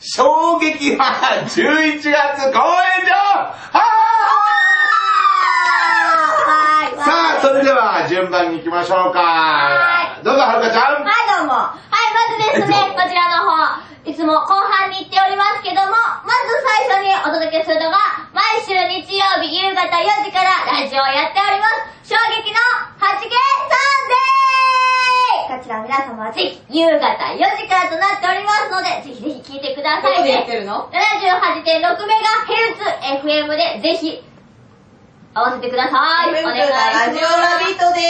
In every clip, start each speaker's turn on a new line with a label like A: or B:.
A: 衝撃は11月公演場はーい
B: はーい
A: さあ、それでは順番に行きましょう
B: は
A: か。どうぞ、はるかちゃん。
B: はい、どうも。はい、まずですね、こちらの方、いつも後半に行っておりますけども、まず最初にお届けするのが、毎週日曜日夕方4時からラジオをやっております、衝撃の 8K サンデーこちら皆様はぜひ夕方4時からとなっておりますので、ぜひぜひ聞いてくださ
C: どこ
B: い
C: で言っ
B: ね。
C: てるの
B: 78.6メガヘルツ FM でぜひ合わせてください。お願いします。
C: ラジオラビットで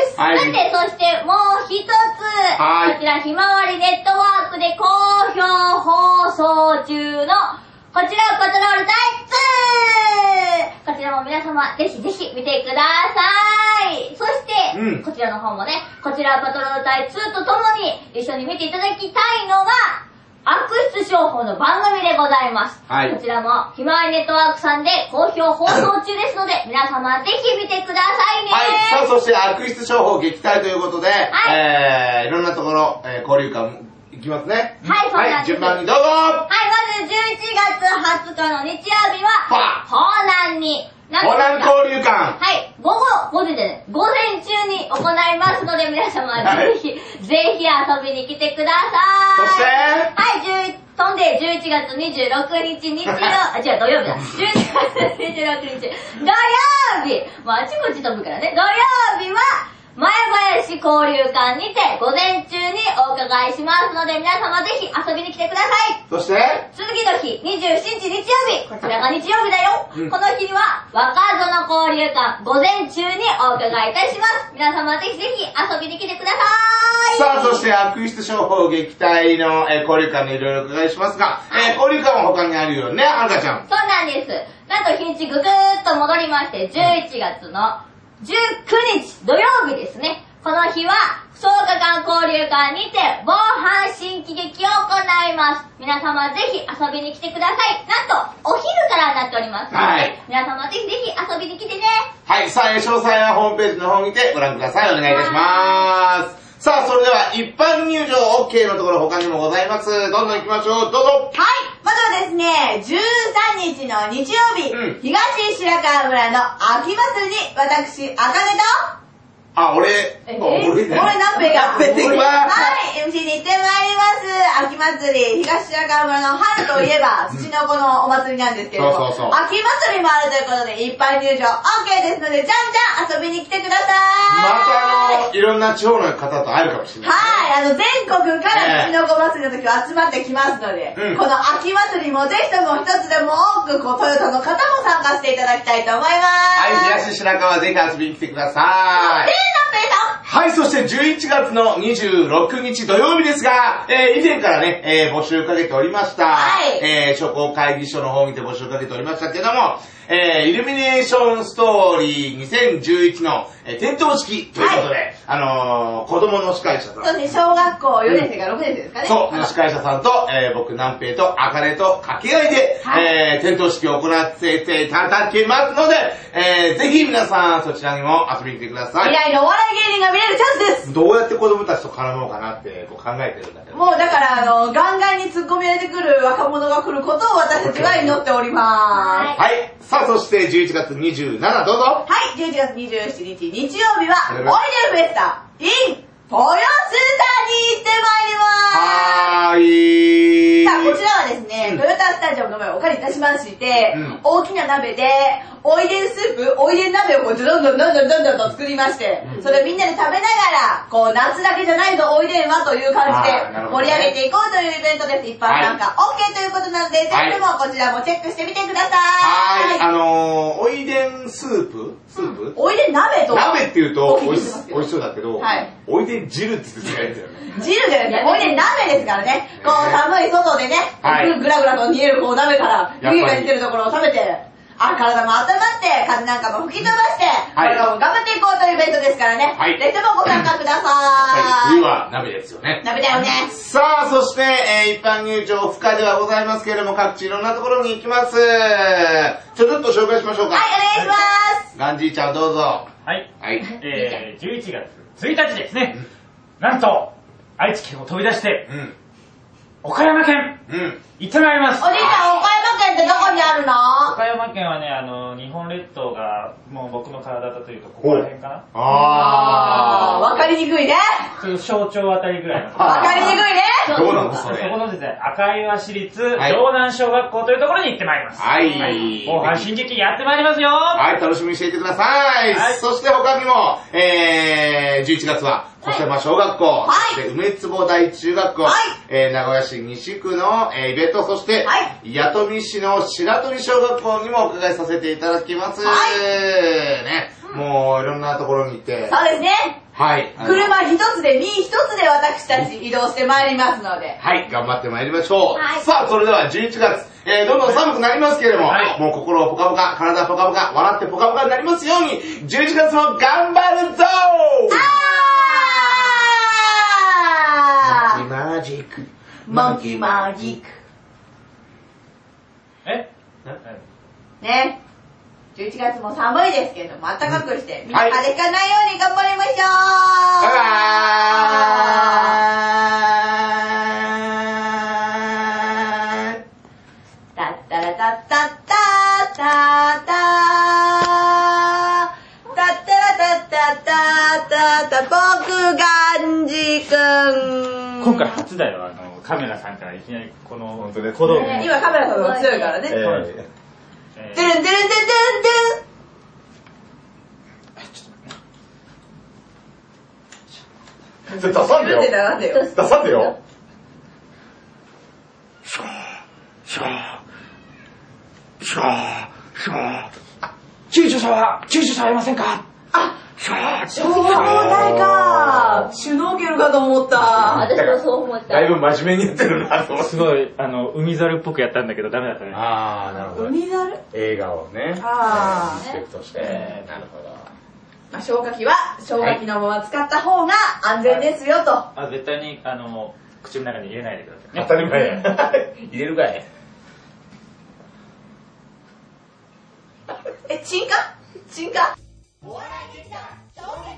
C: ーす。
B: そして、そして、もう一つ、
A: はい
B: こちら、ひまわりネットワークで好評放送中の、こちら、パトロール第2こちらも皆様、ぜひぜひ見てください。そして、
A: うん
B: こちらの方もね、こちら、パトロール第2とともに、一緒に見ていただきたいのが、悪質商法の番組でございます。
A: はい
B: こちらも、ひまわりネットワークさんで好評放送中ですので、皆様ぜひ見てくださいね。
A: はい、さあ、そして悪質商法撃退ということで、
B: い
A: えー、いろんなところ、えー、交流会も行きますね。
B: はいそうなんです
A: 順番にどうぞ
B: はい、まず11月20日の日曜日は、
A: は
B: 法南に、
A: ホラン
B: は
A: 交流館
B: い、午後5時で、午前中に行いますので、皆様ぜひ、ぜひ遊びに来てください。
A: そして
B: はい、10飛んで11月26日日 曜、あ、違う、土曜日だ。11月26日、土曜日まあ、あちこち飛ぶからね。土曜日は、前林交流館にて、午前中にお伺いしますので、皆様ぜひ遊びに来てください。
A: そして、
B: 次の日、27日日曜日、こちらが日曜日だよ。
A: うん
B: この日には、若園交流館、午前中にお伺いいたします。皆様ぜひぜひ遊びに来てください。
A: さあ、そして悪質商法撃退の、えー、交流館にいろいろ伺いしますが、えー、交流館は他にあるよね、はるかちゃん。
B: そうなんです。なんと日にちぐぐーっと戻りまして、11月の19日土曜日ですね。この日は、草加館交流館にて、防犯新喜劇を行います。皆様ぜひ遊びに来てください。なんと、お昼からになっております。
A: はい。
B: 皆様ぜひぜひ遊びに来てね。
A: はい、さあ、えー詳細はホームページの方にてご覧ください。お願いいたします。さあ、それでは一般入場 OK のところ他にもございます。どんどん行きましょう。どうぞ
C: はい。まずはですね、13日の日曜日、
A: うん
C: 東白川村の秋祭りに、私、あかねと、
A: あ、俺、
B: え
A: 俺
C: 俺ナッペが、
A: ナッペ的
C: は
A: な
C: い、MC に行ってまいります。秋祭り、東白川村の春といえば、土の子のお祭りなんですけれども、
A: そうそうそう
C: 秋祭りもあるということで、一般入場 OK ですので、じゃんじゃん遊びに来てください。
A: またあの、いろんな地方の方と会えるかもしれない。
C: はい、あの、全国から
A: え
C: 土
A: え
C: の子祭りの時は集まってきますので、
A: うん
C: この秋祭りもぜひとも一つでも多く、こう、トヨタの方も参加していただきたいと思います。
A: はい、
C: で、
A: 東白川ぜひ遊びに来てください。
C: な
A: はい、そして11月の26日土曜日ですが、えー以前からね、えー募集かけておりました、
C: はい
A: えー諸行会議所の方にて募集かけておりましたけども、えーイルミネーションストーリー2011の、えー点灯式ということで、あのー子供の司会者さん、
C: んぺいさん。そうですね、小学校4年生から6年生ですかね。
A: そう、司会者さんと、えー僕、南平と、あかねと、掛け合いで、
C: はい
A: えー、点灯式を行っていただけますので、えー、ぜひ皆さん、そちらにも遊びに来てくださ
C: 未
A: い。
C: 来のお笑い芸人が見れるチャンスです。
A: どうやって子供たちと絡もうかなって、こう考えてるんだけど。
C: もうだから、あの、ガンガンに突っ込み入れてくる若者が来ることを私たちは祈っております。
A: はい。さあ、そして、11月27、どう
C: は
A: ぞ。
C: い、11月27日日曜日は、オ
A: あり
C: イ
A: がとうございます
C: ルフェスタ in 豊洲タに行ってまいりますさあ、
A: はーい。
C: こちらはですね、
A: うん
C: トヨタスタジアムの前をお借りいたしまして、
A: うん
C: 大きな鍋で、おいでんスープ、おいでん鍋をこう、どんどんどんどんどんどんと作りまして、それをみんなで食べながら、こう、夏だけじゃないぞ、おいでんはという感じ
A: あーな
C: で
A: るほど
C: 盛
A: ね
C: り上げていこうというイベントです。一般参加 OK ということなので、ぜ
A: はい
C: ひともこちらもチェックしてみてくださ
A: はーい。
C: い。
A: あのー、おいでんスープスープ、
C: おいでん鍋と、
A: 鍋って言うと、
C: お
A: お
C: い
A: い
C: でん
A: し
C: スープ
A: 美味しそうだけど、
C: はい
A: おいでん汁って言ってないんだよね。
C: 汁でね、おいでん鍋ですからね、こう、寒い外でね、
A: はい
C: ぐらぐらと煮えるこう鍋から、
A: やっぱり
C: 湯気が出てるところを食べて、あ、体も温まって、風なんかも吹き飛ばして、こ
A: はい
C: れからも頑張っていこうというイベントですからね、
A: はい
C: ぜひともご参加くださ
A: はい、冬
C: い。
A: は鍋ですよね。
C: 鍋だよね。
A: さあ、そして、えー一般入場不可ではございますけれども、各地いろんなところに行きます。ちょちょっと紹介しましょうか。
C: はい、お願いします。
A: ガンジーちゃんどうぞ。
D: はい。
A: はい。
D: えー、11月1日ですね。なんと、愛知県を飛び出して、
A: うん。
D: 岡山県、
A: うん。
D: 行ってまいります
C: おじいちゃん、岡山県ってどこにあるの
D: 岡山県はね、あの、日本列島が、もう僕の体だというか、ここら辺かな
C: あー、
A: あ
C: わかりにくいね。
D: ちょっと象徴あたりぐらいのところ。
C: わかりにくいね。
A: ー。どうなの
D: そ
A: それ
D: こ。のですね、赤岩市立
A: はい
D: 城南小学校というところに行ってまいります。
A: はい
D: 後半新劇やってまいりますよ
A: はい、楽しみにしていてください。
D: はい
A: そして他にも、えー、11月は、小山小学校、
C: い
A: そして梅坪台中学校、
C: はい
A: えー、名古屋市西区の、えー、イベント、そして、
C: は
A: 八富市の白鳥小学校にもお伺いさせていただきます。
C: は
A: ね、もういろんなところに行って、
C: そうですね。
A: はい。あの
C: 車一つで、身一つで私たち移動してまいりますので。
A: はい、頑張ってまいりましょう。
B: はい
A: さあ、それでは11月、えー、どんどん寒くなりますけれども、
D: はい
A: もう心をポカポカ、体ポカポカ、笑ってポカポカになりますように、11月も頑張るぞ
C: あー
A: マジック。
C: モンキーマジック。
D: え
A: え
C: ね。11月も寒いですけども、暖かくして、みんな
A: はい
C: 風邪ひかないように頑張りましょう
A: バイ
C: タッタラタッタッタッタッタータッタラタッタッタ
A: バーイ
C: ッタッタ僕ガンジ君
D: 今回初だよ、あの、カメラさんからいきなりこの、
E: 本当ですね
D: 小道具
B: ね
C: 今カメラさんが強いから
E: え
C: ね。てるん
E: ー
D: え
C: てるんてるんてるん
E: ちょっと出さんで
C: てるん
E: よ
C: て。なんでよ。
E: 出さんでよ。
D: 救助者は、救助者はいませんか
C: 消防隊か。シュノーケルかと思った。
B: 私もそう思った。
E: だいぶ真面目に言ってるなと思って。
D: すごい、あの、海猿っぽくやったんだけどダメだったね。
E: あー、なるほど。
C: 海だる
E: 映画をね、
C: あ
E: リスペクトして。なるほど。
C: ーまあ消火器は消火器のまま使った方が安全ですよと。
D: あ絶対に、あの、口の中に入れないでくださいね。
E: 当たり前や。入れるかい。
C: え、チンカチンカ
F: お笑い劇団小劇